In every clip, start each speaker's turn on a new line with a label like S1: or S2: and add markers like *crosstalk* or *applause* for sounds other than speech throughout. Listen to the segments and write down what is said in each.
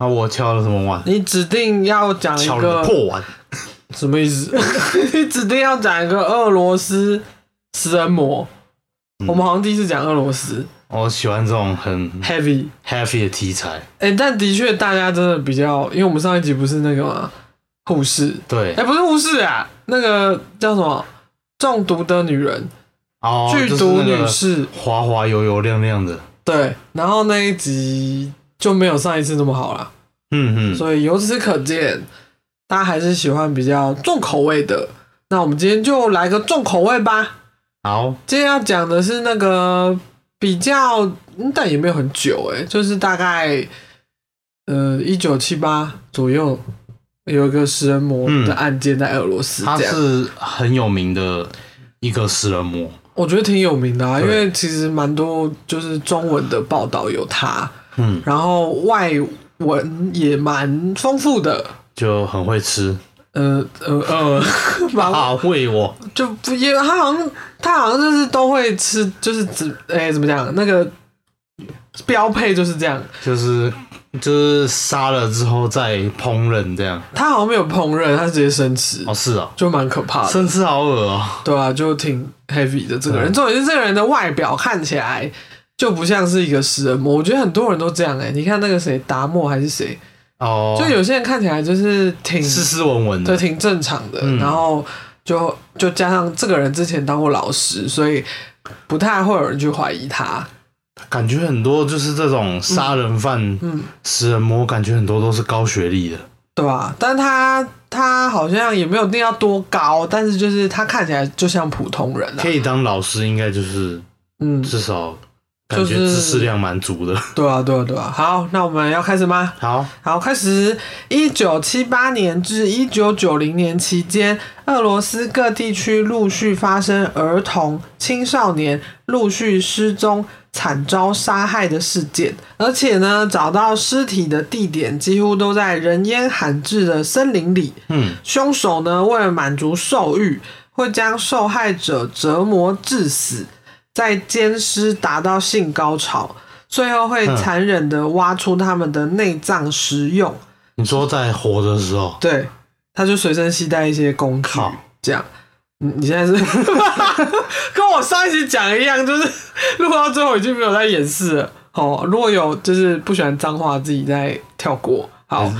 S1: 那我敲了什么碗？
S2: 你指定要讲一
S1: 敲了
S2: 个
S1: 破碗。
S2: 什么意思？ *laughs* 你指定要讲一个俄罗斯食人魔。
S1: 嗯
S2: 我们好像第一次讲俄罗斯
S1: 我喜欢这种很
S2: heavy，
S1: heavy 的题材。
S2: 哎、但的确大家真的比较，因为我们上一集不是那个嘛护士，
S1: 对
S2: 哎、，不是护士啊，那个叫什么中毒的女人，
S1: 哦，
S2: 剧
S1: 就是
S2: 毒
S1: 那个
S2: 女士，
S1: 滑滑油油亮亮的。
S2: 对，然后那一集就没有上一次那么好了，
S1: 嗯嗯，
S2: 所以由此可见，大家还是喜欢比较重口味的。那我们今天就来个重口味吧。
S1: 好，
S2: 今天要讲的是那个比较，嗯但也没有很久诶、就是大概呃一九七八左右有一个食人魔的案件在俄罗斯，
S1: 嗯他
S2: 这样、
S1: 是很有名的一个食人魔。
S2: 我觉得挺有名的啊，因
S1: 对
S2: 为其实蛮多就是中文的报道有他，
S1: 嗯，
S2: 然后外文也蛮丰富的。
S1: 就很会吃，
S2: 呃呃
S1: *laughs*
S2: 呃，蛮、
S1: 啊，喂我，
S2: 就不也他好像他好像就是都会吃，就是只哎、怎么讲那个标配就是这样，
S1: 就是就是杀了之后再烹饪这样。
S2: 他好像没有烹饪，他直接生吃，
S1: 哦，是哦，
S2: 就蛮可怕的，
S1: 生嗯吃好恶哦。
S2: 对啊，就挺 heavy 的这个人。
S1: 对
S2: 重点是这个人的外表看起来就不像是一个食人魔，我觉得很多人都这样哎、你看那个谁达莫还是谁，
S1: 哦，
S2: 就有些人看起来就是挺
S1: 斯斯文文
S2: 对，
S1: 的，
S2: 挺正常的。
S1: 嗯
S2: 然后就就加上这个人之前当过老师，所以不太会有人去怀疑他。
S1: 感觉很多就是这种杀人犯、
S2: 嗯，
S1: 食人魔，感觉很多都是高学历的。
S2: 对吧、但他他好像也没有一定要多高，但是就是他看起来就像普通人啊
S1: 可。以当老师，应该就是
S2: 嗯，
S1: 至少
S2: 就
S1: 感觉
S2: 是
S1: 知识量蛮足的。
S2: 对啊，对啊，对啊。好，那我们要开始吗？
S1: 好，
S2: 好，开始。一九七八年至一九九零年期间，俄罗斯各地区陆续发生儿童、青少年陆续失踪、惨遭杀害的事件，而且呢，找到尸体的地点几乎都在人烟罕至的森林里。
S1: 嗯，
S2: 凶手呢，为了满足兽欲，会将受害者折磨致死，再奸尸达到性高潮，最后会
S1: 嗯
S2: 残忍的挖出他们的内脏食用。
S1: 你说在活的时候，
S2: 对，他就随身携带一些工具
S1: 靠，
S2: 这样。嗯你你现在是 *laughs* 跟我上一集讲的一样，就是录到最后已经没有在掩饰了。哦，如果有就是不喜欢脏话，自己再跳过。好，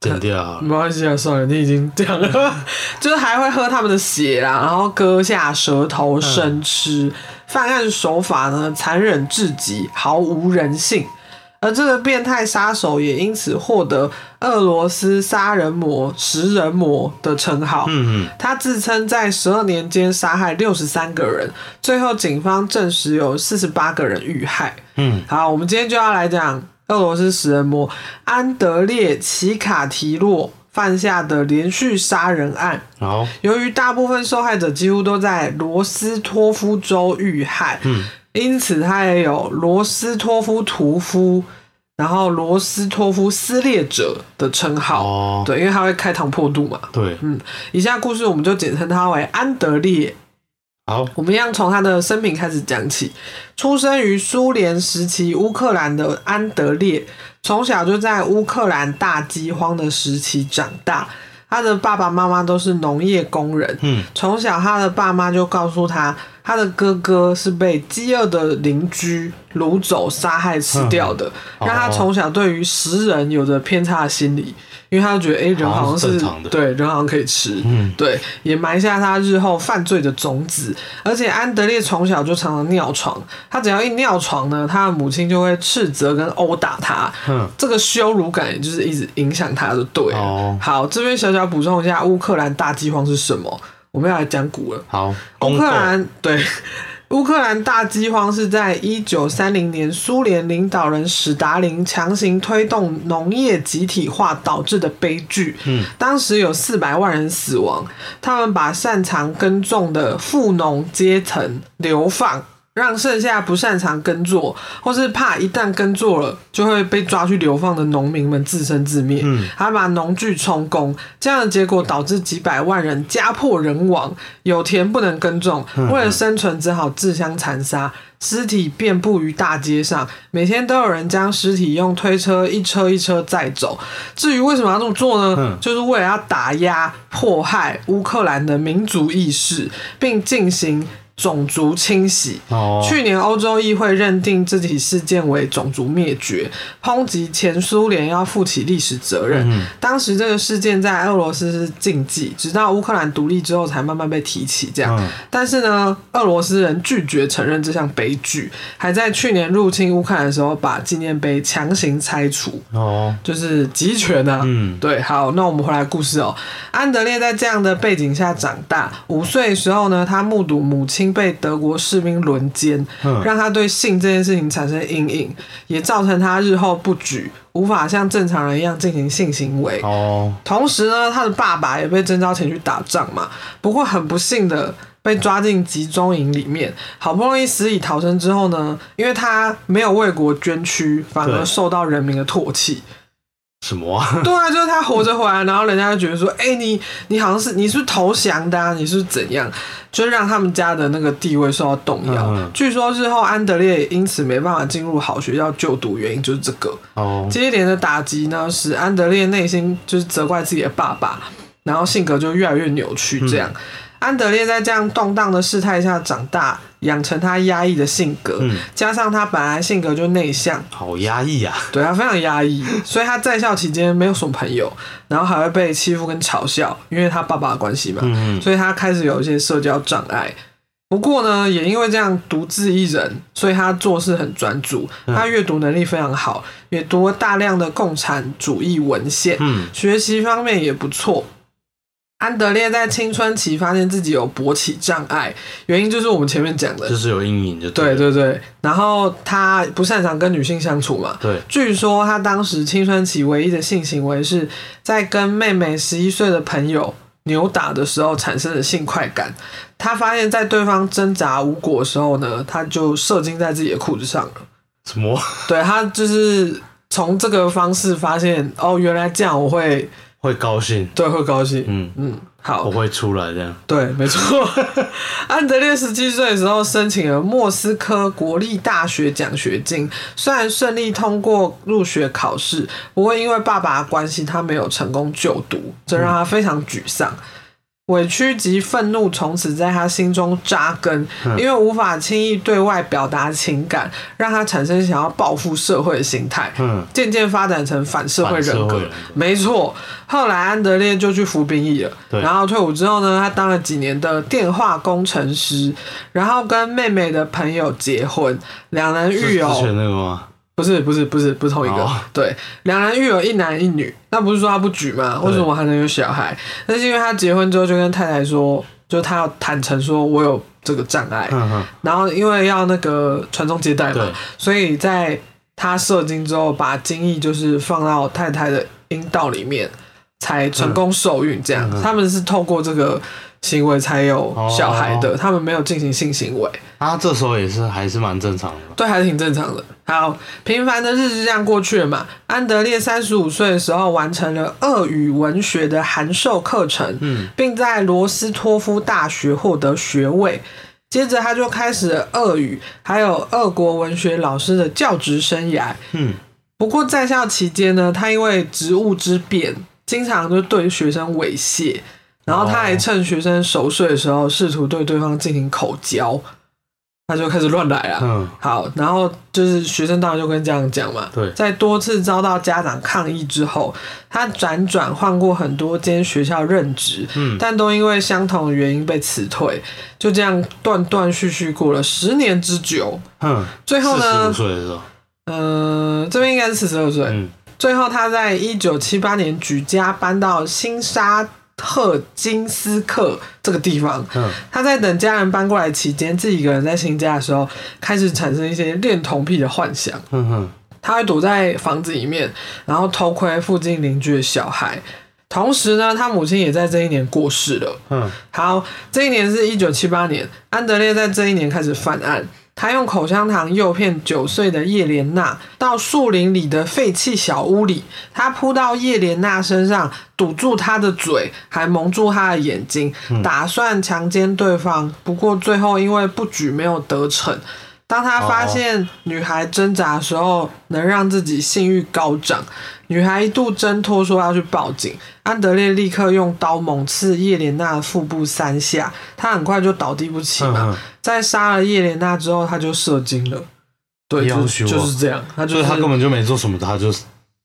S1: 剪掉好了
S2: 没关系啊，算了，你已经这样了， *laughs* 就是还会喝他们的血啦，然后割下舌头生吃。犯案手法呢，残忍至极，毫无人性。而这个变态杀手也因此获得“俄罗斯杀人魔”“食人魔”的称号。
S1: 嗯嗯，
S2: 他自称在十二年间杀害六十三个人，最后警方证实有四十八个人遇害。
S1: 嗯，
S2: 好，我们今天就要来讲俄罗斯食人魔安德烈奇卡提洛犯下的连续杀人案。
S1: 好，
S2: 由于大部分受害者几乎都在罗斯托夫州遇害，
S1: 嗯，
S2: 因此他也有罗斯托夫屠夫，然后罗斯托夫撕裂者的称号。
S1: 哦
S2: 对，因为他会开膛破肚嘛。
S1: 对，
S2: 嗯，以下故事我们就简称他为安德烈。
S1: 好，
S2: 我们一样从他的生平开始讲起。出生于苏联时期乌克兰的安德烈，从小就在乌克兰大饥荒的时期长大。他的爸爸妈妈都是农业工人。
S1: 嗯，
S2: 从小他的爸妈就告诉他，他的哥哥是被饥饿的邻居掳走、杀害、吃掉
S1: 嗯
S2: 的，
S1: 哦
S2: 让他从小对于食人有着偏差的心理，因为他觉得，哎、人好像
S1: 好像是
S2: 是
S1: 正常的嗯
S2: 对人好像可以吃，对，也埋下他日后犯罪的种子。而且安德烈从小就常常尿床，他只要一尿床呢，他的母亲就会斥责跟殴打他，
S1: 嗯
S2: 这个羞辱感也就是一直影响他的对了。
S1: 哦
S2: 好，这边小小补充一下，乌克兰大饥荒是什么？我们要来讲古了。
S1: 好，
S2: 乌
S1: 公
S2: 克
S1: 购
S2: 兰对， *laughs* 乌克兰大饥荒是在一九三零年苏联领导人史达林强行推动农业集体化导致的悲剧。嗯，当时有四百万人死亡，他们把擅长耕种的富农阶层流放。让剩下不擅长耕作，或是怕一旦耕作了就会被抓去流放的农民们自生自灭，嗯、还把农具充公，这样的结果导致几百万人家破人亡，有田不能耕种，为了生存只好自相残杀，尸体遍布于大街上，每天都有人将尸体用推车一车一车载走。至于为什么要这么做呢？
S1: 嗯
S2: 就是为了要打压、迫害乌克兰的民族意识，并进行种族清洗。
S1: 哦，
S2: 去年欧洲议会认定这起事件为种族灭绝，抨击前苏联要负起历史责任。
S1: 嗯
S2: 当时这个事件在俄罗斯是禁忌，直到乌克兰独立之后才慢慢被提起。这样，
S1: 嗯
S2: 但是呢，俄罗斯人拒绝承认这项悲剧，还在去年入侵乌克兰的时候把纪念碑强行拆除。
S1: 哦，
S2: 就是集权啊。
S1: 嗯
S2: 对，好，那我们回来故事哦。安德烈在这样的背景下长大，五岁的时候呢，他目睹母亲被德国士兵轮奸，
S1: 嗯
S2: 让他对性这件事情产生阴影，也造成他日后不举，无法像正常人一样进行性行为。
S1: 哦，
S2: 同时呢，他的爸爸也被征召前去打仗嘛，不过很不幸的被抓进集中营里面。好不容易死里逃生之后呢，因为他没有为国捐躯，反而
S1: 对
S2: 受到人民的唾弃。
S1: 什么啊？
S2: 对啊，就是他活着回来，然后人家就觉得说，哎、你你好像是你是不是投降的、啊，你是不是怎样，就让他们家的那个地位受到动摇。
S1: 嗯
S2: 据说日后安德烈也因此没办法进入好学校就读，原因就是这个。
S1: 哦，
S2: 接连的打击呢，使安德烈内心就是责怪自己的爸爸，然后性格就越来越扭曲。
S1: 嗯
S2: 这样，安德烈在这样动荡的事态下长大，养成他压抑的性格，
S1: 嗯
S2: 加上他本来性格就内向，
S1: *laughs* 好压抑啊！
S2: 对他非常压抑， *laughs* 所以他在校期间没有什么朋友，然后还会被欺负跟嘲笑，因为他爸爸的关系嘛，
S1: 嗯
S2: 所以他开始有一些社交障碍。不过呢，也因为这样独自一人，所以他做事很专注，
S1: 嗯
S2: 他阅读能力非常好，也读了大量的共产主义文献，
S1: 嗯
S2: 学习方面也不错。安德烈在青春期发现自己有勃起障碍，原因就是我们前面讲的
S1: 嗯，，就是有阴影就
S2: 对
S1: 对了
S2: 对对，然后他不擅长跟女性相处嘛。
S1: 对
S2: 据说他当时青春期唯一的性行为是在跟妹妹十一岁的朋友扭打的时候产生的性快感。他发现，在对方挣扎无果的时候呢，他就射精在自己的裤子上了。
S1: 什么 *laughs*
S2: 对他就是从这个方式发现，哦，原来这样我会
S1: 会高兴？
S2: 对会高兴。
S1: 嗯，
S2: 嗯，好
S1: 我，会出来这样。
S2: 对，没错。 *laughs* 安德烈十七岁的时候申请了莫斯科国立大学奖学金，虽然顺利通过入学考试，不过因为爸爸的关系，他没有成功就读，这让他非常沮丧。委屈及愤怒从此在他心中扎根，因为无法轻易对外表达情感，让他产生想要报复社会的心态。
S1: 嗯，
S2: 渐渐发展成反社会
S1: 反
S2: 人
S1: 社
S2: 格
S1: 会人格。
S2: 没错，后来安德烈就去服兵役了。
S1: 对
S2: 然后退伍之后呢，他当了几年的电话工程师，然后跟妹妹的朋友结婚，两人
S1: 是
S2: 育
S1: 之
S2: 有
S1: 前那个吗？
S2: 不是不是不是不是同一个，
S1: 哦
S2: 对，两人育有一男一女。那不是说他不举吗？为什么还能有小孩？那是因为他结婚之后就跟太太说，就他要坦诚说我有这个障碍，
S1: 嗯哼，
S2: 然后因为要那个传宗接代嘛
S1: 对，
S2: 所以在他射精之后，把精液就是放到太太的阴道里面，才成功受孕。这样，他们是透过这个行为才有小孩的，他们没有进行性行为，
S1: 啊，这时候也是还是蛮正常的。
S2: 对，还挺正常的。好，平凡的日子这样过去了嘛。安德烈三十五岁的时候完成了俄语文学的函授课程，
S1: 嗯，
S2: 并在罗斯托夫大学获得学位。接着，他就开始了俄语还有俄国文学老师的教职生涯。
S1: 嗯，
S2: 不过在校期间呢，他因为职务之便，经常就对学生猥
S1: 哦
S2: 亵，然后他还趁学生熟睡的时候，试图对对方进行口交。他就开始乱来了。
S1: 嗯，
S2: 好，然后就是学生当然就跟家长讲嘛。
S1: 对
S2: 在多次遭到家长抗议之后，他辗转换过很多间学校任职，
S1: 嗯
S2: 但都因为相同的原因被辞退，就这样断断续续过了十年之久。
S1: 嗯，
S2: 最后
S1: 四十五
S2: 呢，
S1: 岁的时候，
S2: 嗯、这边应该是四十二岁，
S1: 嗯
S2: 最后他在一九七八年举家搬到新沙特金斯克这个地方，
S1: 嗯
S2: 他在等家人搬过来期间，自己一个人在新家的时候，开始产生一些恋童癖的幻想。
S1: 嗯嗯，
S2: 他会躲在房子里面，然后偷窥附近邻居的小孩。同时呢，他母亲也在这一年过世了。
S1: 嗯
S2: 好，这一年是一九七八年，安德烈在这一年开始犯案。他用口香糖诱骗九岁的叶莲娜到树林里的废弃小屋里，他扑到叶莲娜身上，堵住她的嘴，还蒙住她的眼睛，打算强奸对方。不过最后因为布局没有得逞。当他发现女孩挣扎的时候，能让自己性欲高涨，女孩一度挣脱说要去报警，安德烈立刻用刀猛刺叶莲娜的腹部三下，她很快就倒地不起嘛。
S1: 嗯嗯
S2: 在杀了叶莲娜之后，他就射精了。对，
S1: 要
S2: 就
S1: 许我
S2: 就是这样，他就
S1: 所
S2: 是
S1: 以他根本就没做什么，他就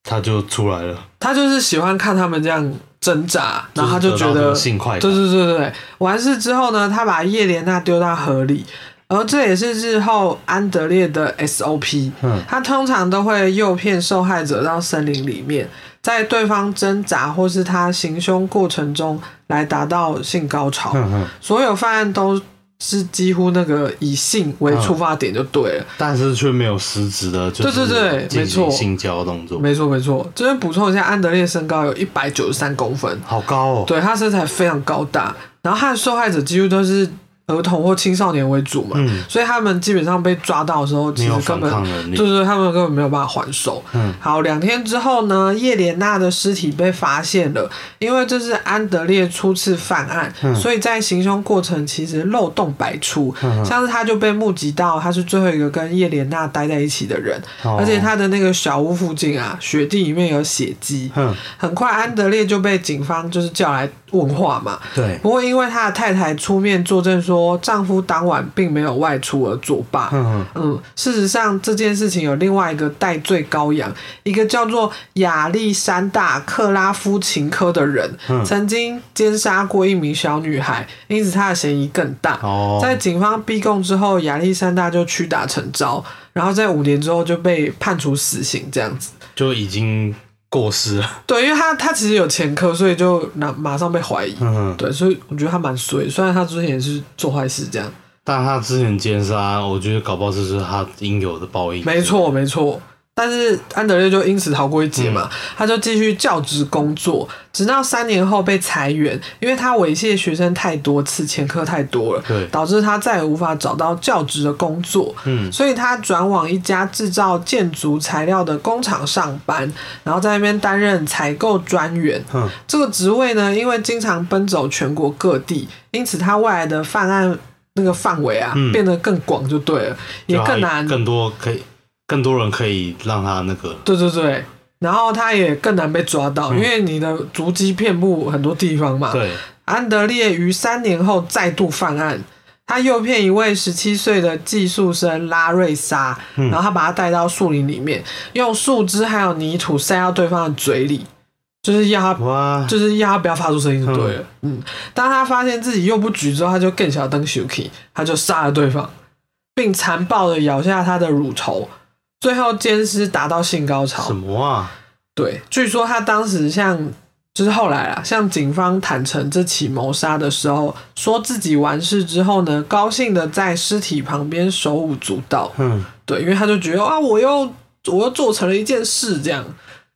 S1: 他就出来了，
S2: 他就是喜欢看他们这样挣扎，然后他就
S1: 就是得
S2: 觉
S1: 到那
S2: 得
S1: 个性快
S2: 对
S1: 感，
S2: 对对对对，完事之后呢，他把叶莲娜丢到河里，而这也是日后安德烈的 SOP。
S1: 嗯
S2: 他通常都会诱骗受害者到森林里面，在对方挣扎或是他行凶过程中来达到性高潮。
S1: 嗯嗯，
S2: 所有犯案都是几乎那个以性为出发点就对了。
S1: 但是却没有实质的，就
S2: 对对对
S1: 是进
S2: 没错
S1: 行性交动作，
S2: 没错没错，这边补充一下，安德烈身高有一百九十三公分，
S1: 好高哦，
S2: 对他身材非常高大，然后他的受害者几乎都是儿童或青少年为主嘛，
S1: 嗯
S2: 所以他们基本上被抓到的时候，其
S1: 没有
S2: 实
S1: 反
S2: 根本
S1: 抗能力
S2: 对，对，他们根本没有办法还手。
S1: 嗯
S2: 好，两天之后呢，叶莲娜的尸体被发现了，因为这是安德烈初次犯案，
S1: 嗯
S2: 所以在行凶过程其实漏洞百出，
S1: 嗯嗯
S2: 像是他就被目击到他是最后一个跟叶莲娜待在一起的人，
S1: 哦
S2: 而且他的那个小屋附近啊，雪地里面有血迹。
S1: 嗯
S2: 很快，安德烈就被警方就是叫来问话嘛。
S1: 对，
S2: 不过，因为他的太太出面作证说，丈夫当晚并没有外出而作罢。
S1: 嗯
S2: 嗯，事实上这件事情有另外一个戴罪羔羊，一个叫做亚历山大克拉夫琴科的人，
S1: 嗯
S2: 曾经奸杀过一名小女孩，因此他的嫌疑更大。
S1: 哦，
S2: 在警方逼供之后，亚历山大就屈打成招，然后在五年之后就被判处死刑，这样子。
S1: 就已经过世了，
S2: 对，因为他他其实有前科，所以就拿马上被怀疑。
S1: 嗯，
S2: 对，所以我觉得他蛮衰，虽然他之前也是做坏事这样。
S1: 但他之前奸杀，我觉得搞不好这就是他应有的报应，
S2: 没错，没错。但是安德烈就因此逃过一劫
S1: 嗯
S2: 嘛，他就继续教职工作，直到三年后被裁员，因为他猥亵学生太多次，前科太多了，
S1: 对，
S2: 导致他再也无法找到教职的工作。
S1: 嗯
S2: 所以他转往一家制造建筑材料的工厂上班，然后在那边担任采购专员。
S1: 嗯
S2: 这个职位呢，因为经常奔走全国各地，因此他未来的犯案那个范围啊，
S1: 嗯
S2: 变得更广就对了，也
S1: 就他
S2: 更难
S1: 更多可以，更多人可以让他那个，
S2: 对对对，然后他也更难被抓到，因为你的足迹遍布很多地方嘛。
S1: 嗯对，
S2: 安德烈于三年后再度犯案，他诱骗一位十七岁的寄宿生拉瑞莎，
S1: 嗯
S2: 然后他把他带到树林里面，用树枝还有泥土塞到对方的嘴里，就是要他。
S1: 哇，
S2: *laughs* 就是要他不要发出声音就对了。嗯，当他发现自己又不举之后，他就更小灯 Suki，他就杀了对方，并残暴的咬下他的乳头，最后奸尸达到性高潮
S1: 什。么啊？
S2: 对，据说他当时向就是后来啊，向警方坦诚这起谋杀的时候，说自己完事之后呢，高兴的在尸体旁边手舞足蹈。
S1: 嗯，
S2: 对，因为他就觉得啊，我又我又做成了一件事，这样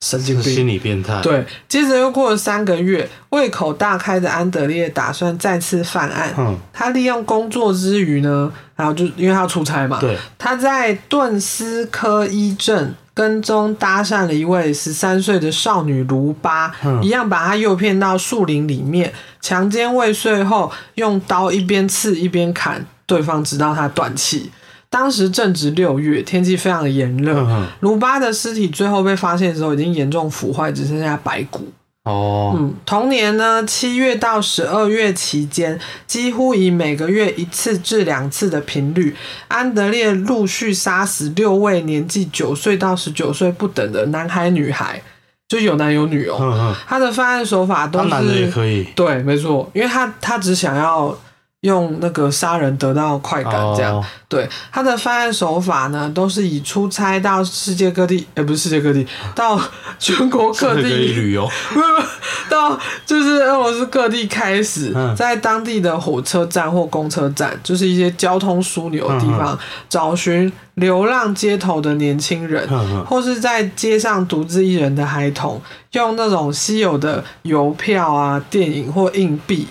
S2: 神经
S1: 是
S2: 病。
S1: 心理变态，，
S2: 对，接着又过了三个月，胃口大开的安德烈打算再次犯案。
S1: 嗯，
S2: 他利用工作之余呢，然后就因为他要出差嘛，
S1: 对，
S2: 他在顿斯科伊镇跟踪搭讪了一位十三岁的少女卢巴，
S1: 嗯
S2: 一样把她诱骗到树林里面，强奸未遂后，用刀一边刺一边砍对方，直到他断气。当时正值六月，天气非常的炎热
S1: 嗯，
S2: 卢巴的尸体最后被发现的时候已经严重腐坏，只剩下白骨。
S1: 嗯哦，
S2: 嗯，同年呢，七月到十二月期间，几乎以每个月一次至两次的频率，安德烈陆续杀死六位年纪九岁到十九岁不等的男孩、女孩，就有男有女哦。
S1: 嗯嗯，
S2: 他的犯案手法都
S1: 当
S2: 是
S1: 男的也可以，
S2: 对，没错，因为他他只想要用那个杀人得到快感，这样。
S1: 哦
S2: 对他的犯案手法呢，都是以出差到世界各地，呃，不是世界各地，到全国各
S1: 可以
S2: 地，
S1: 旅游，
S2: *laughs* 到就是俄罗斯各地开始，
S1: 嗯
S2: 在当地的火车站或公车站，就是一些交通枢纽
S1: 嗯
S2: 的地方，找寻流浪街头的年轻人。
S1: 嗯嗯，
S2: 或是在街上独自一人的孩童，用那种稀有的邮票啊、电影或硬币，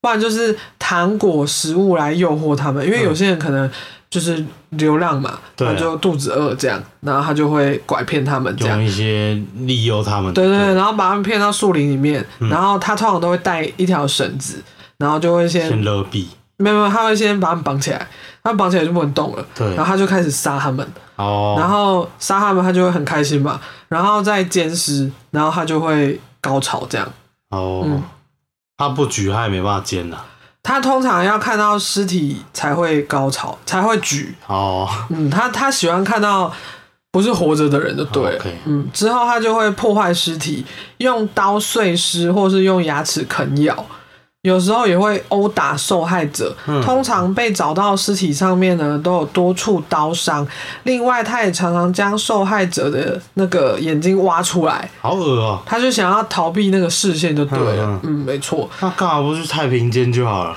S2: 不然就是糖果、食物来诱惑他们。因为有些人可能就是流浪嘛，
S1: 对啊
S2: 他就肚子饿这样，然后他就会拐骗他们这样
S1: 用。一些利诱他们，
S2: 对对对，然后把他们骗到树林里面，然后他通常都会带一条绳子，然后就会先
S1: 先勒毙，
S2: 没有没有，他会先把他们绑起来，他们绑起来就不能动了，
S1: 对
S2: 然后他就开始杀他们。
S1: 哦，
S2: 然后杀他们，他就会很开心嘛。然后再奸尸，然后他就会高潮这样。
S1: 哦
S2: 嗯，
S1: 他不举他也没办法煎呐，
S2: 他通常要看到尸体才会高潮，才会举。
S1: 哦，
S2: 嗯，他他喜欢看到不是活着的人就对了。
S1: 哦 OK
S2: 嗯，之后他就会破坏尸体，用刀碎尸，或是用牙齿啃咬。有时候也会殴打受害者，
S1: 嗯
S2: 通常被找到尸体上面呢都有多处刀伤。另外，他也常常将受害者的那个眼睛挖出来，
S1: 好恶哦，
S2: 他就想要逃避那个视线就对了
S1: 嗯。
S2: 嗯，没错。
S1: 那干嘛不去太平间就好了？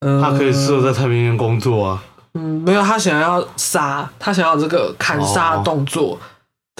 S2: 嗯，
S1: 他可以适合在太平间工作啊，
S2: 嗯，没有，他想要杀，他想要这个砍杀的动作，
S1: 哦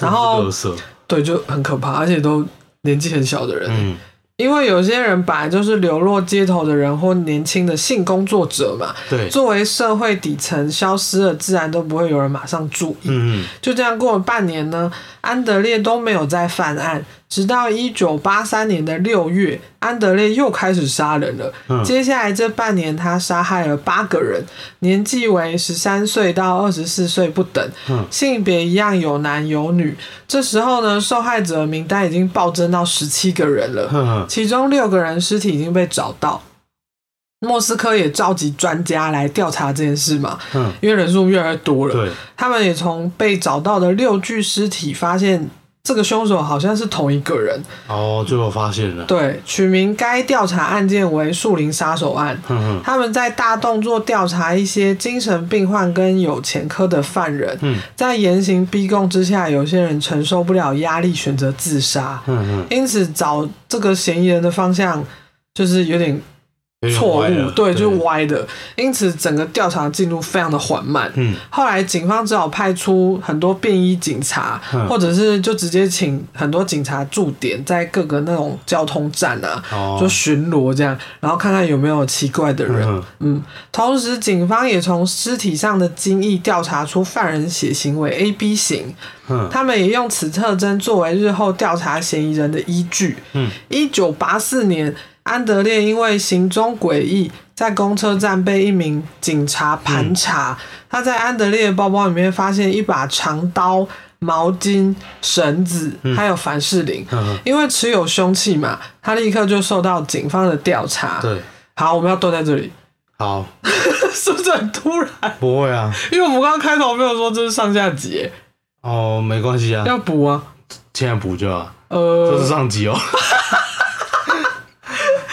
S2: 然后
S1: 真是垃圾
S2: 对，就很可怕，而且都年纪很小的人，
S1: 嗯，
S2: 因为有些人本来就是流落街头的人或年轻的性工作者嘛，
S1: 对，
S2: 作为社会底层消失了，自然都不会有人马上注意。
S1: 嗯嗯，
S2: 就这样过了半年呢，安德烈都没有再犯案，直到一九八三年的六月，安德烈又开始杀人了。
S1: 嗯
S2: 接下来这半年，他杀害了八个人，年纪为十三岁到二十四岁不等，
S1: 嗯
S2: 性别一样有男有女。这时候呢，受害者名单已经暴增到十七个人了。
S1: 哼哼，
S2: 其中六个人尸体已经被找到。莫斯科也召集专家来调查这件事嘛，
S1: 嗯
S2: 因为人数越来越多了。
S1: 对，
S2: 他们也从被找到的六具尸体发现，这个凶手好像是同一个人。
S1: 哦，最后发现了，
S2: 对，取名该调查案件为“树林杀手案”。
S1: 哼哼，
S2: 他们在大动作调查一些精神病患跟有前科的犯人，
S1: 嗯
S2: 在严刑逼供之下，有些人承受不了压力，选择自杀。
S1: 嗯嗯，
S2: 因此，找这个嫌疑人的方向就是有点
S1: 嗯有点
S2: 错误
S1: 歪，了
S2: 对，就是歪的。因此，整个调查进度非常的缓慢。
S1: 嗯
S2: 后来警方只好派出很多便衣警察，
S1: 嗯
S2: 或者是就直接请很多警察驻点在各个那种交通站啊，
S1: 哦，
S2: 就巡逻这样，然后看看有没有奇怪的人。
S1: 嗯
S2: 嗯，同时警方也从尸体上的精液调查出犯人血型为 A B 型，
S1: 嗯
S2: 他们也用此特征作为日后调查嫌疑人的依据。
S1: 嗯，
S2: 一九八四年，安德烈因为行踪诡异，在公车站被一名警察盘查。
S1: 嗯
S2: 他在安德烈的包包里面发现一把长刀、毛巾、绳子，还有凡士林。
S1: 嗯嗯，
S2: 因为持有凶器嘛，他立刻就受到警方的调查。
S1: 对，
S2: 好，我们要蹲在这里，
S1: 嗯好，
S2: 是不是很突然？
S1: 不会啊，
S2: 因为我们刚刚开头没有说这是上下集耶，
S1: 哦，没关系啊，
S2: 要补啊。
S1: 现在补就好，
S2: 呃，
S1: 这是上
S2: *laughs*
S1: 集哦。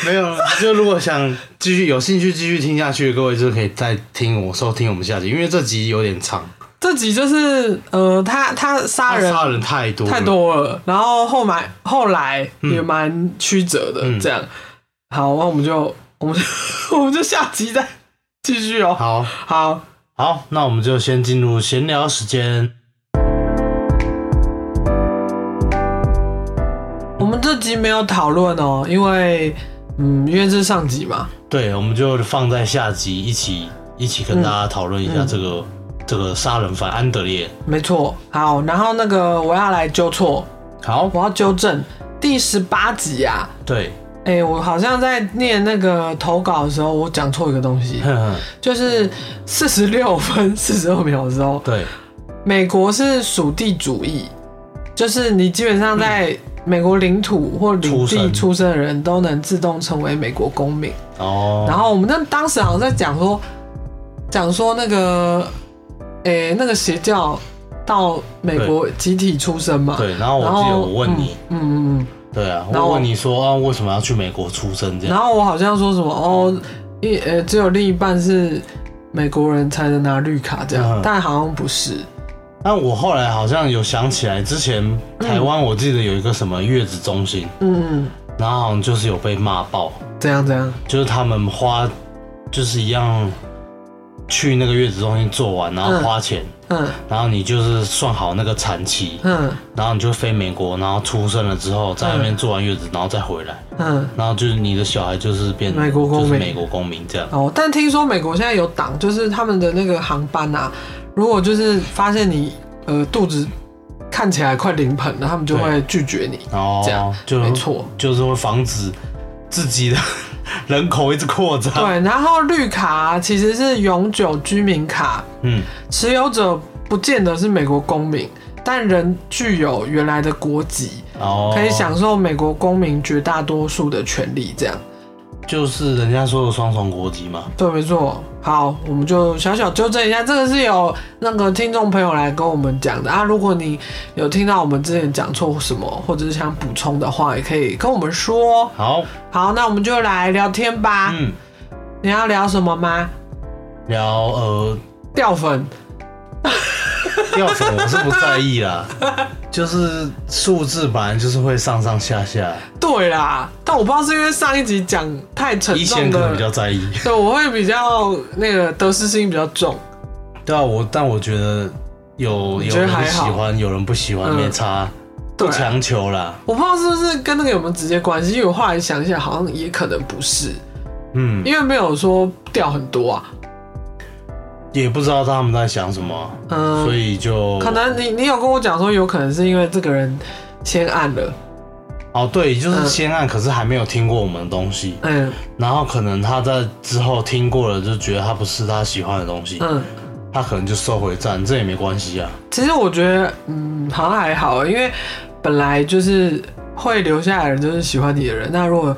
S1: 没有，就如果想继续有兴趣继续听下去，各位就可以再听我收听我们下集，因为这集有点长，
S2: 这集就是呃，他他杀
S1: 他
S2: 人
S1: 杀人太多了
S2: 太，多了，然后后来后来也蛮曲折的，
S1: 嗯
S2: 这样。好，那我们就我们就 *laughs* 我们就下集再继续哦。
S1: 好
S2: 好，
S1: 好，那我们就先进入闲聊时间。
S2: 我们这集没有讨论哦，因为嗯，因为这是上集嘛，
S1: 对，我们就放在下集一起一起跟大
S2: 嗯
S1: 家讨论一下这个、这个杀人犯安德烈。
S2: 没错。好，然后那个我要来纠错，
S1: 好，
S2: 我要纠正第十八集啊。
S1: 对， *laughs*
S2: 哎、我好像在念那个投稿的时候，我讲错一个东西，
S1: 哼哼
S2: 就是四十六分四十二秒的时候，
S1: 对，
S2: 美国是属地主义，就是你基本上在美国领土或领
S1: 嗯出
S2: 地
S1: 生
S2: 出生的人都能自动成为美国公民。
S1: 哦，
S2: 然后我们那当时好像在讲说，讲说那个，诶、那个邪教到美国集体出生嘛。
S1: 对，然后我
S2: 然
S1: 记得
S2: 后
S1: 我问你，
S2: 嗯嗯嗯。
S1: 对啊，
S2: 然
S1: 我
S2: 后
S1: 问你说啊，为什么要去美国出生这
S2: 然
S1: 样？
S2: 后我好像说什么哦，一呃、只有另一半是美国人才能拿绿卡这样，
S1: 嗯
S2: 但好像不是。
S1: 但我后来好像有想起来，之前台湾我记得有一个什么月子中心，
S2: 嗯，
S1: 然后好像就是有被骂爆，
S2: 嗯，怎样怎样？
S1: 就是他们花就是一样去那个月子中心做完，然后
S2: 嗯
S1: 花钱，
S2: 嗯
S1: 然后你就是算好那个产期，
S2: 嗯
S1: 然后你就飞美国，然后出生了之后在那边做完月子，然后再回来，
S2: 嗯。
S1: 然后就是你的小孩就是变
S2: 美国公民
S1: 就是美国公民这样。
S2: 哦，但听说美国现在有党，就是他们的那个航班啊，如果就是发现你呃肚子看起来快临盆了，他们就会拒绝你。
S1: 哦，
S2: 这样
S1: 就
S2: 没错，
S1: 就是会防止自己的人口一直扩张。，
S2: 对，然后绿卡、啊其实是永久居民卡，
S1: 嗯，
S2: 持有者不见得是美国公民，但仍具有原来的国籍，
S1: 哦，
S2: 可以享受美国公民绝大多数的权利。这样
S1: 就是人家说的双重国籍嘛。
S2: 对，没错。好，我们就小小纠正一下，这个是有那个听众朋友来跟我们讲的啊。如果你有听到我们之前讲错什么，或者是想补充的话，也可以跟我们说。
S1: 好，
S2: 好，那我们就来聊天吧。
S1: 嗯，
S2: 你要聊什么吗？
S1: 聊呃，
S2: 掉粉。
S1: 掉粉我是不在意啦，
S2: *laughs*
S1: 就是数字本来就是会上上下下，
S2: 对啦，但我不知道是因为上一集讲太沉
S1: 一
S2: 重
S1: 千可能比
S2: 的，
S1: 较在意。
S2: 对，我会比较那个得失心比较重。
S1: 对啊，我但我觉得有
S2: 你
S1: 有
S2: 觉得
S1: 人
S2: 还
S1: 喜
S2: 好
S1: 欢，有人不喜欢，
S2: 嗯
S1: 没差，
S2: 对
S1: 不强求啦。
S2: 我不知道是不是跟那个有没有直接关系，因为我后来想一想，好像也可能不是，
S1: 嗯，
S2: 因为没有说掉很多啊。
S1: 也不知道他们在想什么，
S2: 嗯
S1: 所以就
S2: 可能你你有跟我讲说，有可能是因为这个人先按了，
S1: 哦，对，就
S2: 嗯
S1: 是先按，可是还没有听过我们的东西，
S2: 嗯
S1: 然后可能他在之后听过了，就觉得他不是他喜欢的东西，
S2: 嗯。
S1: 他可能就收回站，这也没关系啊。
S2: 其实我觉得，嗯，好像还好，因为本来就是会留下来的人就是喜欢你的人。那如果，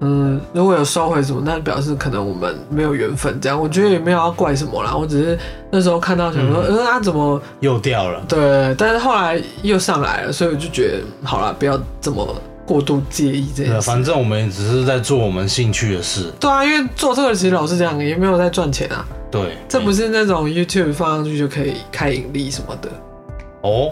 S2: 嗯，如果有收回什么，那表示可能我们没有缘分。这样，我觉得也没有要怪什么啦。我只是那时候看到想说，嗯，他、怎么
S1: 又掉了，
S2: 对？但是后来又上来了，所以我就觉得，好啦，不要这么过度介意这
S1: 对啊，
S2: 件事。
S1: 反正我们也只是在做我们兴趣的事，
S2: 对啊，因为做这个其实老是这样，也没有在赚钱啊。
S1: 对，
S2: 这不
S1: 没
S2: 是那种 YouTube 放上去就可以开盈利什么的。 *laughs*
S1: 哦，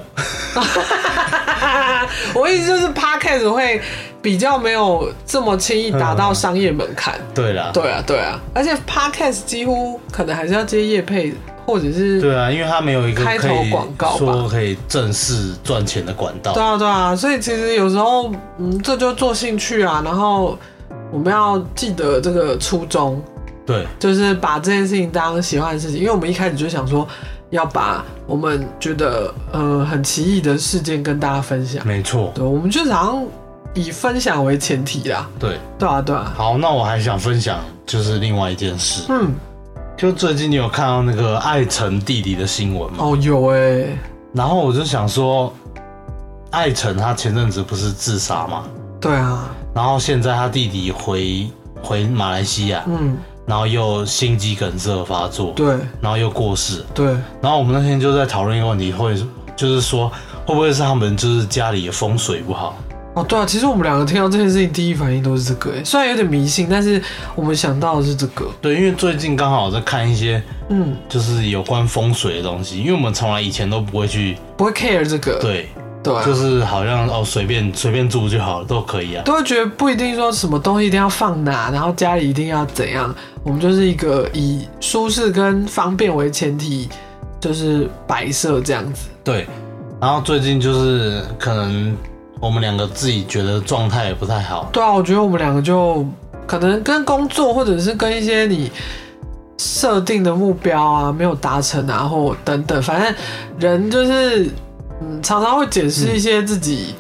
S2: 我意思就是 podcast 会比较没有这么轻易达到商业门槛。
S1: 对啦，
S2: 对啊，对啊，而且 podcast 几乎可能还是要接业配，或者是
S1: 对啊，因为他没有一个
S2: 开头
S1: 可以
S2: 广告吧
S1: 说可以正式赚钱的管道
S2: 对，啊，对啊，所以其实有时候，嗯，这就做兴趣啊，然后我们要记得这个初衷，
S1: 对，
S2: 就是把这件事情当喜欢的事情，因为我们一开始就想说要把我们觉得呃很奇异的事件跟大家分享，
S1: 没错，
S2: 对，我们就是好像以分享为前提啦，
S1: 对。
S2: 对啊，对啊，
S1: 好，那我还想分享就是另外一件事，
S2: 嗯。
S1: 就最近你有看到那个艾辰弟弟的新闻吗？
S2: 哦，有哎、
S1: 然后我就想说，艾辰他前阵子不是自杀吗？
S2: 对啊，
S1: 然后现在他弟弟回回马来西亚，
S2: 嗯，
S1: 然后又心肌梗塞发作，
S2: 对
S1: 然后又过世。
S2: 对，
S1: 然后我们那天就在讨论一个问题，会就是说会不会是他们就是家里的风水不好？
S2: 哦对啊，其实我们两个听到这件事情，第一反应都是这个、欸，虽然有点迷信，但是我们想到的是这个，
S1: 对，因为最近刚好在看一些
S2: 嗯，
S1: 就是有关风水的东西，因为我们从来以前都不会去
S2: 不会 care 这个，
S1: 对，
S2: 对啊，
S1: 就是好像哦随便随便住就好了，都可以啊。
S2: 都会觉得不一定说什么东西一定要放哪，然后家里一定要怎样，我们就是一个以舒适跟方便为前提，就是摆设这样子，
S1: 对，然后最近就是可能我们两个自己觉得状态也不太好，
S2: 对啊，我觉得我们两个就可能跟工作或者是跟一些你设定的目标啊没有达成啊，或等等，反正人就是嗯常常会解释一些自己、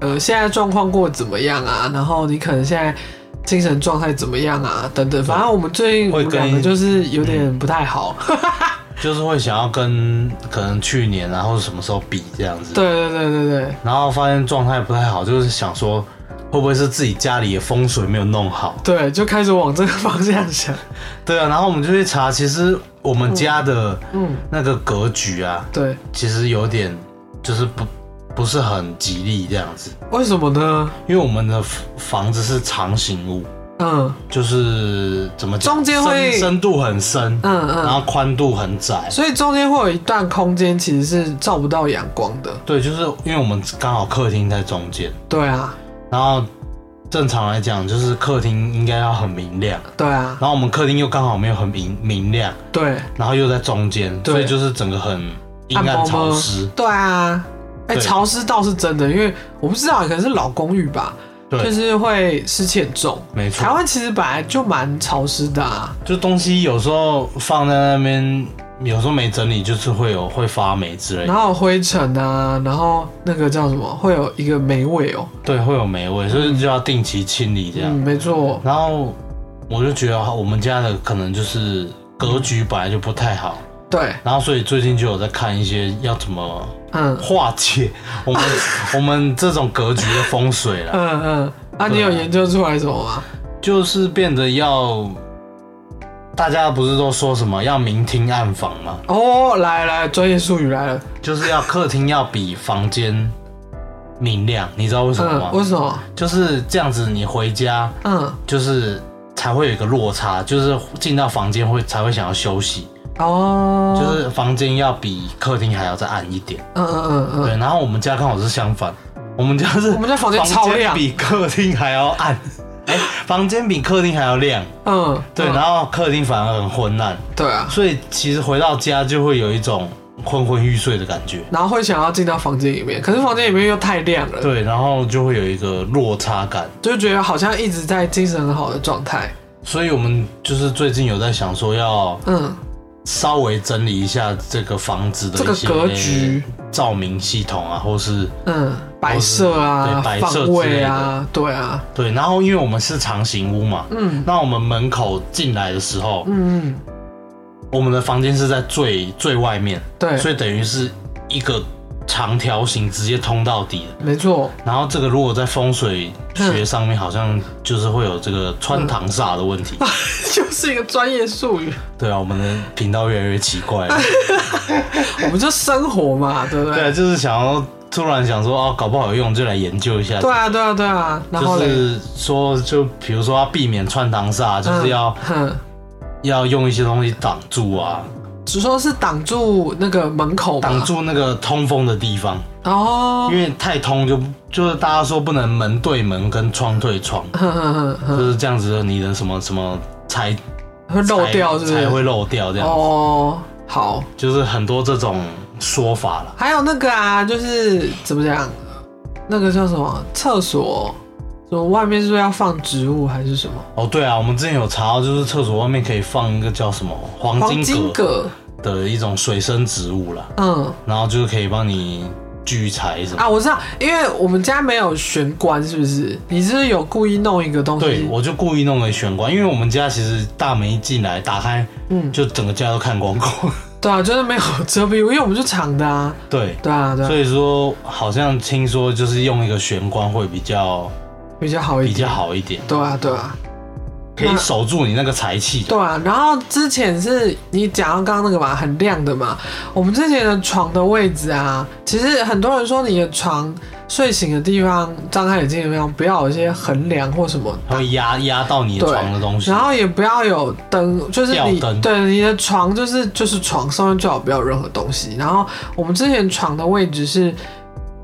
S2: 呃现在状况过得怎么样啊，然后你可能现在精神状态怎么样啊等等，反正我们最近我
S1: 会
S2: 们两
S1: 跟
S2: 个就是有点不太好， *laughs*
S1: 就是会想要跟可能去年然后什么时候比这样子，
S2: 对对对对对，
S1: 然后发现状态不太好，就是想说会不会是自己家里的风水没有弄好？
S2: 对，就开始往这个方向想。
S1: 对啊，然后我们就去查，其实我们家的
S2: 嗯，
S1: 那个格局啊，
S2: 对，
S1: 其实有点就是不不是很吉利这样子，
S2: 为什么呢？
S1: 因为我们的房房子是长形屋，
S2: 嗯
S1: 就是怎么讲
S2: 中间会
S1: 深深度很深，
S2: 嗯
S1: 然
S2: 嗯，
S1: 后宽度很窄。
S2: 所以中间会有一段空间其实是照不到阳光的。
S1: 对，就是因为我们刚好客厅在中间，
S2: 对啊，
S1: 然后正常来讲就是客厅应该要很明亮，
S2: 对啊，
S1: 然后我们客厅又刚好没有很明明亮，
S2: 对，
S1: 然后又在中间，
S2: 对
S1: 所以就是整个很阴暗
S2: 暗包
S1: 潮
S2: 吗
S1: 湿。
S2: 对啊。哎、
S1: 对
S2: 潮湿倒是真的，因为我不知道，可能是老公寓吧，就
S1: 对，
S2: 是会湿气很重。
S1: 没
S2: 台
S1: 错，
S2: 湾其实本来就蛮潮湿的啊，
S1: 就东西有时候放在那边，有时候没整理，就是会有会发霉之类的，
S2: 然后有灰尘啊，然后那个叫什么，会有一个霉味哦、
S1: 对，会有霉味，所以就要定期清理这样
S2: 嗯，。没错，
S1: 然后我就觉得我们家的可能就是格局本来就不太好，
S2: 对，
S1: 然后所以最近就有在看一些要怎么
S2: 嗯
S1: 化解我们 *laughs* 我们这种格局的风水了，
S2: 嗯嗯。啊，你有研究出来什么吗？
S1: 就是变得要。大家不是都说什么要明厅暗房吗？
S2: 哦，来来，专业术语来了。
S1: 就是要客厅要比房间明亮，你知道为什么吗
S2: 嗯，？为什么？
S1: 就是这样子，你回家
S2: 嗯，
S1: 就是才会有一个落差，就是进到房间会才会想要休息，
S2: 哦，
S1: 就是房间要比客厅还要再暗一点。
S2: 嗯嗯嗯
S1: 对，然后我们家刚好是相反，我们家是
S2: 我们家房间超亮
S1: 比客厅还要暗。哎、房间比客厅还要亮，
S2: 嗯嗯，
S1: 对，
S2: 嗯
S1: 然后客厅反而很昏暗，
S2: 对啊，
S1: 所以其实回到家就会有一种昏昏欲睡的感觉。
S2: 然后会想要进到房间里面，可是房间里面又太亮了，
S1: 对，然后就会有一个落差感。
S2: 就觉得好像一直在精神很好的状态。
S1: 所以我们就是最近有在想说，要
S2: 嗯，
S1: 稍微整理一下这个房子的
S2: 这个
S1: 一些
S2: 格局、
S1: 照明系统啊，或是
S2: 嗯，摆设啊，
S1: 哦对摆设之类的
S2: 方位啊，对啊，
S1: 对。然后因为我们是长形屋嘛，
S2: 嗯
S1: 那我们门口进来的时候，
S2: 嗯
S1: 我们的房间是在最最外面，
S2: 嗯，对，
S1: 所以等于是一个长条形直接通到底的。
S2: 没错， *laughs*
S1: 然后这个如果在风水学上面，好像就是会有这个穿堂煞的问题。
S2: 嗯就是一个专业术语，
S1: *laughs* 对啊，我们的频道越来越奇
S2: *laughs*
S1: 怪了。
S2: 我们就生活
S1: *laughs*
S2: 嘛，对不对？
S1: 对，就是想要突然想说，哦，搞不好有用，就来研究一下。
S2: 对啊，对啊，对啊，然后
S1: 就
S2: 嘞，
S1: 是说，就比如说要避免穿堂煞，就是要、
S2: 嗯，
S1: 要用一些东西挡住啊，
S2: 只说是挡住那个门口嘛，
S1: 挡住那个通风的地方，
S2: 哦
S1: 因，为太通就就是大家说不能门对门跟窗对窗，
S2: 哼哼哼哼，
S1: 就是这样子，你的什么什么才
S2: 会漏掉是不
S1: 才才
S2: 是？
S1: 会漏掉这样，
S2: 哦，好，
S1: 就是很多这种说法了。
S2: 还有那个啊，就是怎么讲，那个叫什么厕所，什么外面是不是要放植物还是什么？
S1: 哦，对啊，我们之前有查到，就是厕所外面可以放一个叫什么黄
S2: 黄
S1: 金
S2: 金
S1: 葛
S2: 葛，
S1: 的一种水生植物啦，
S2: 嗯
S1: 然后就是可以帮你聚财什么。
S2: 啊，我知道，因为我们家没有玄关，是不是？你是不是有故意弄一个东西？
S1: 对，我就故意弄了玄关，因为我们家其实大门一进来打开，
S2: 嗯，
S1: 就整个家都看光光。 *laughs*
S2: 对啊，就是没有遮蔽物，因为我们就长的啊，
S1: 对，
S2: 对啊，对啊
S1: 所以说好像听说就是用一个玄关会比较
S2: 比较好一
S1: 比
S2: 点，
S1: 较好一点，
S2: 对啊，对啊。
S1: 可以守住你那个财气。
S2: 对啊，然后之前是你讲到刚刚那个嘛，很亮的嘛。我们之前的床的位置啊，其实很多人说你的床睡醒的地方、张开眼睛的地方不要有一些横梁或什么，
S1: 它会压压到你的
S2: 对
S1: 床的东西。
S2: 然后也不要有灯，就是你
S1: 吊灯
S2: 对你的床就是就是床上面最好不要有任何东西。然后我们之前床的位置是。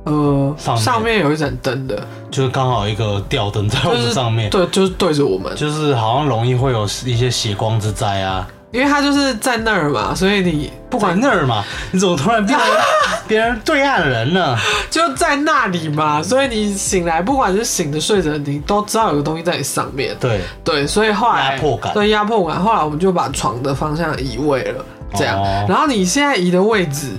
S2: 呃，
S1: 上面
S2: 上面有一盏灯的，
S1: 就是刚好一个吊灯在我
S2: 就
S1: 们
S2: 是
S1: 上面，
S2: 对，就是对着我们，
S1: 就是好像容易会有一些血光之灾啊。
S2: 因为它就是在那儿嘛，所以你不
S1: 不管
S2: 管
S1: 那儿嘛，你怎么突然变
S2: *laughs*
S1: 成别人对岸人呢？
S2: 就在那里
S1: 嗯
S2: 嘛，所以你醒来，不管是醒着睡着，你都知道有个东西在你上面。
S1: 对，
S2: 对，所以后来
S1: 压迫感
S2: 对压迫感，后来我们就把床的方向移位了，这样。
S1: 哦
S2: 然后你现在移的位置，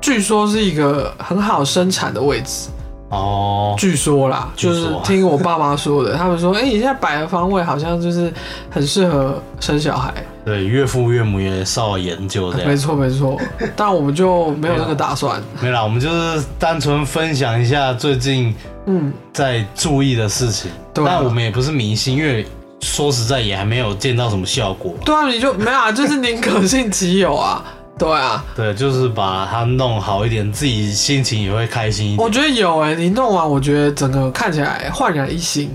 S2: 据说是一个很好生产的位置，
S1: 哦，
S2: 据说啦，
S1: 据
S2: 就
S1: 说啊
S2: 是听我爸妈说的，他们说，哎、你现在摆的方位好像就是很适合生小孩，
S1: 对，岳父岳母也受研究这
S2: 没
S1: 样。
S2: 错没
S1: *laughs*
S2: 错，但我们就没有那个打算。
S1: 没啦，我们就是单纯分享一下最近
S2: 嗯，
S1: 在注意的事情。
S2: 对啊
S1: 但我们也不是迷信，因为说实在也还没有见到什么效果。
S2: 对啊，你就没有啊，就是宁可信其有啊。对啊，
S1: 对，就是把它弄好一点，自己心情也会开心一点。
S2: 我觉得有哎、你弄完，我觉得整个看起来焕然一新，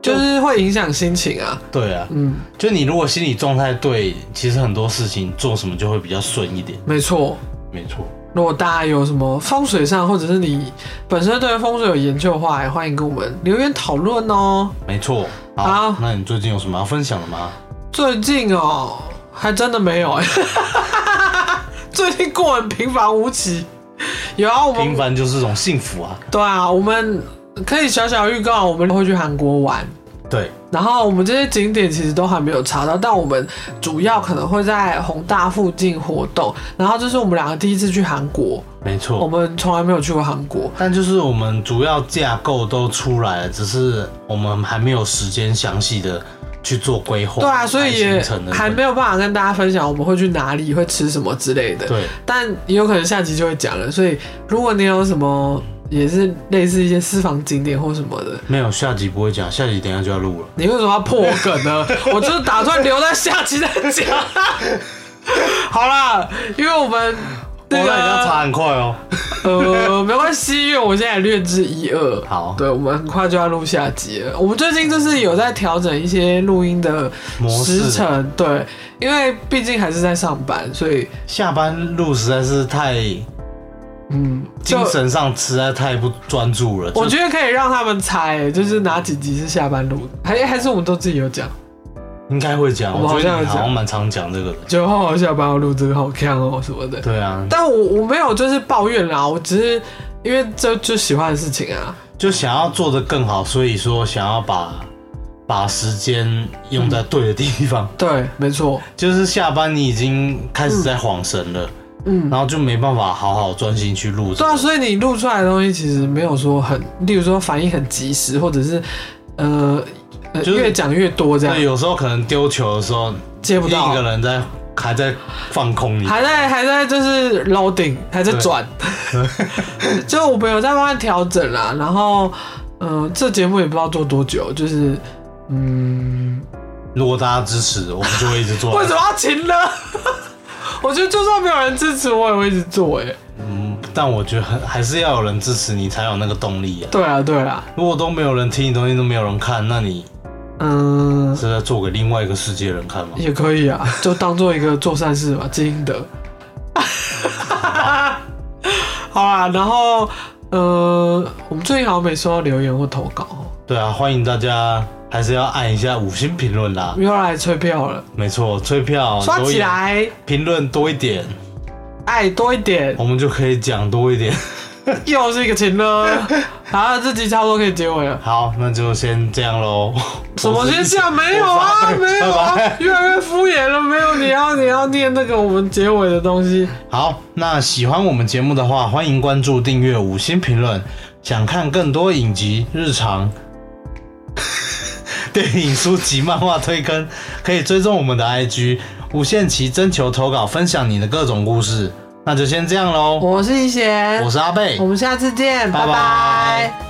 S2: 就是会影响心情啊。
S1: 对啊，
S2: 嗯，
S1: 就你如果心理状态对，其实很多事情做什么就会比较顺一点。
S2: 没错。
S1: 没错，
S2: 如果大家有什么风水上，或者是你本身对风水有研究的话，也欢迎跟我们留言讨论哦。
S1: 没错。
S2: 好
S1: 那你最近有什么要分享的吗？
S2: 最近哦，还真的没有哎、 *laughs* 最近过得很平凡无奇。有啊，我
S1: 平
S2: 们
S1: 凡就是一种幸福啊。
S2: 对啊，我们可以小小预告，我们会去韩国玩。
S1: 对，
S2: 然后我们这些景点其实都还没有查到，但我们主要可能会在宏大附近活动。然后这是我们两个第一次去韩国，
S1: 没
S2: 我
S1: 错。
S2: 们从来没有去过韩国。
S1: 但就是我们主要架构都出来了，只是我们还没有时间详细的去做规划。
S2: 对啊，所以
S1: 排行
S2: 也
S1: 程的
S2: 还没有办法跟大家分享我们会去哪里、会吃什么之类的。
S1: 对，
S2: 但也有可能下集就会讲了。所以如果你有什么也是类似一些私房景点或什么的，
S1: 没有下集不会讲，下集等一下就要
S2: *laughs*
S1: 录了。
S2: 你为什么要破我梗
S1: *laughs*
S2: 呢？我就是打算留在下集再讲。好啦，因为我们
S1: 我
S2: 那
S1: 那
S2: 个
S1: 你要查很快哦。
S2: 呃，没关系，因为我现在也略知一二。
S1: 好
S2: 对，我们很快就要录下集了。我们最近就是有在调整一些录音的
S1: 模式
S2: 时程，对，因为毕竟还是在上班，所以
S1: 下班录实在是太
S2: 嗯，就
S1: 精神上实在太不专注了。
S2: 我
S1: 就
S2: 觉得可以让他们猜，就是哪几集是下班录的，还还是我们都自己有讲，
S1: 应该会讲，
S2: 我们好
S1: 我觉
S2: 像
S1: 得
S2: 有
S1: 你好
S2: 讲
S1: 像蛮常讲这个的。
S2: 就好好下班要录这个好看哦什么的。
S1: 对啊，
S2: 但我我没有就是抱怨啦，我只是因为这就喜欢的事情啊，
S1: 就想要做得更好，所以说想要把把时间用在对的地方。
S2: 对，没错，
S1: 就是下班你已经开始在晃神了，
S2: 嗯。
S1: 然后就没办法好好专心去录。
S2: 对啊，所以你录出来的东西其实没有说很，例如说反应很及时，或者是呃，呃
S1: 就是
S2: 越讲越多这
S1: 对，
S2: 样，
S1: 有时候可能丢球的时候，
S2: 接啊不
S1: 另一个
S2: 到，
S1: 人在还在放空你。
S2: 还在还在就是 loading，还在转， *laughs*
S1: *laughs*
S2: 就我们有在慢慢调整啦。然后，嗯、这节目也不知道做多久，就是嗯，
S1: 如果大家支持，我们就会一直做。啊
S2: *laughs* 为什么要停呢？我觉得就算没有人支持，我也会一直做、欸。哎，
S1: 嗯，但我觉得还是要有人支持你，才有那个动力啊。
S2: 对啊，对啊，
S1: 如果都没有人听你东西，都没有人看，那你
S2: 嗯，
S1: 是在做给另外一个世界的人看吗？
S2: 也可以啊， *laughs* 就当做一个做善事嘛，积阴 *laughs* 德。好啦，然后呃，我们最近好像没收到留言或投稿，哦
S1: 对啊，欢迎大家还是要按一下五星评论啦。
S2: 又要来催票了，
S1: 没错，催票
S2: 刷
S1: 留
S2: 起
S1: 言
S2: 来，
S1: 评论多一点，
S2: 爱多一点，
S1: 我们就可以讲多一点。
S2: *laughs*
S1: *laughs*
S2: 又是一个情了。好，这集差不多可以结尾了。
S1: 好，那就先这样喽。
S2: 什么现象没有
S1: 我
S2: 啊？
S1: 是
S2: 没有啊
S1: 拜拜，
S2: 越来越敷衍了。没有，你要你要念那个我们结尾的东西。
S1: 好，那喜欢我们节目的话，欢迎关注、订阅、五星评论。想看更多影集、日常、 *laughs* 电影、书籍、漫画推坑，可以追踪我们的 IG，无限期征求投稿，分享你的各种故事。那就先这样喽，
S2: 我是一贤
S1: 我，是阿贝，
S2: 我们下次见，
S1: 拜
S2: 拜
S1: 拜
S2: 拜